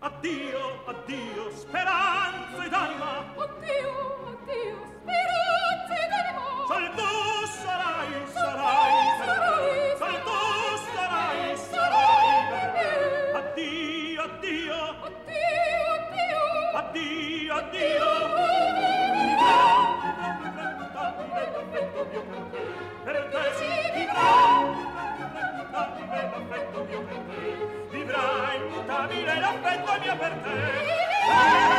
addio, addio, speranza ed anima. Oddio, oddio, speranza ed animo. Sol tu sarai, Sol sarai, sarai, tu sarai, sol tu sarai, sarai, sarai per sarai me. per me. Addio, addio, Oddio, addio, oddio, addio. Affetto mio per te, per te si vivrà, affetto mio per te, vivrai immutabile l'affetto mio per te.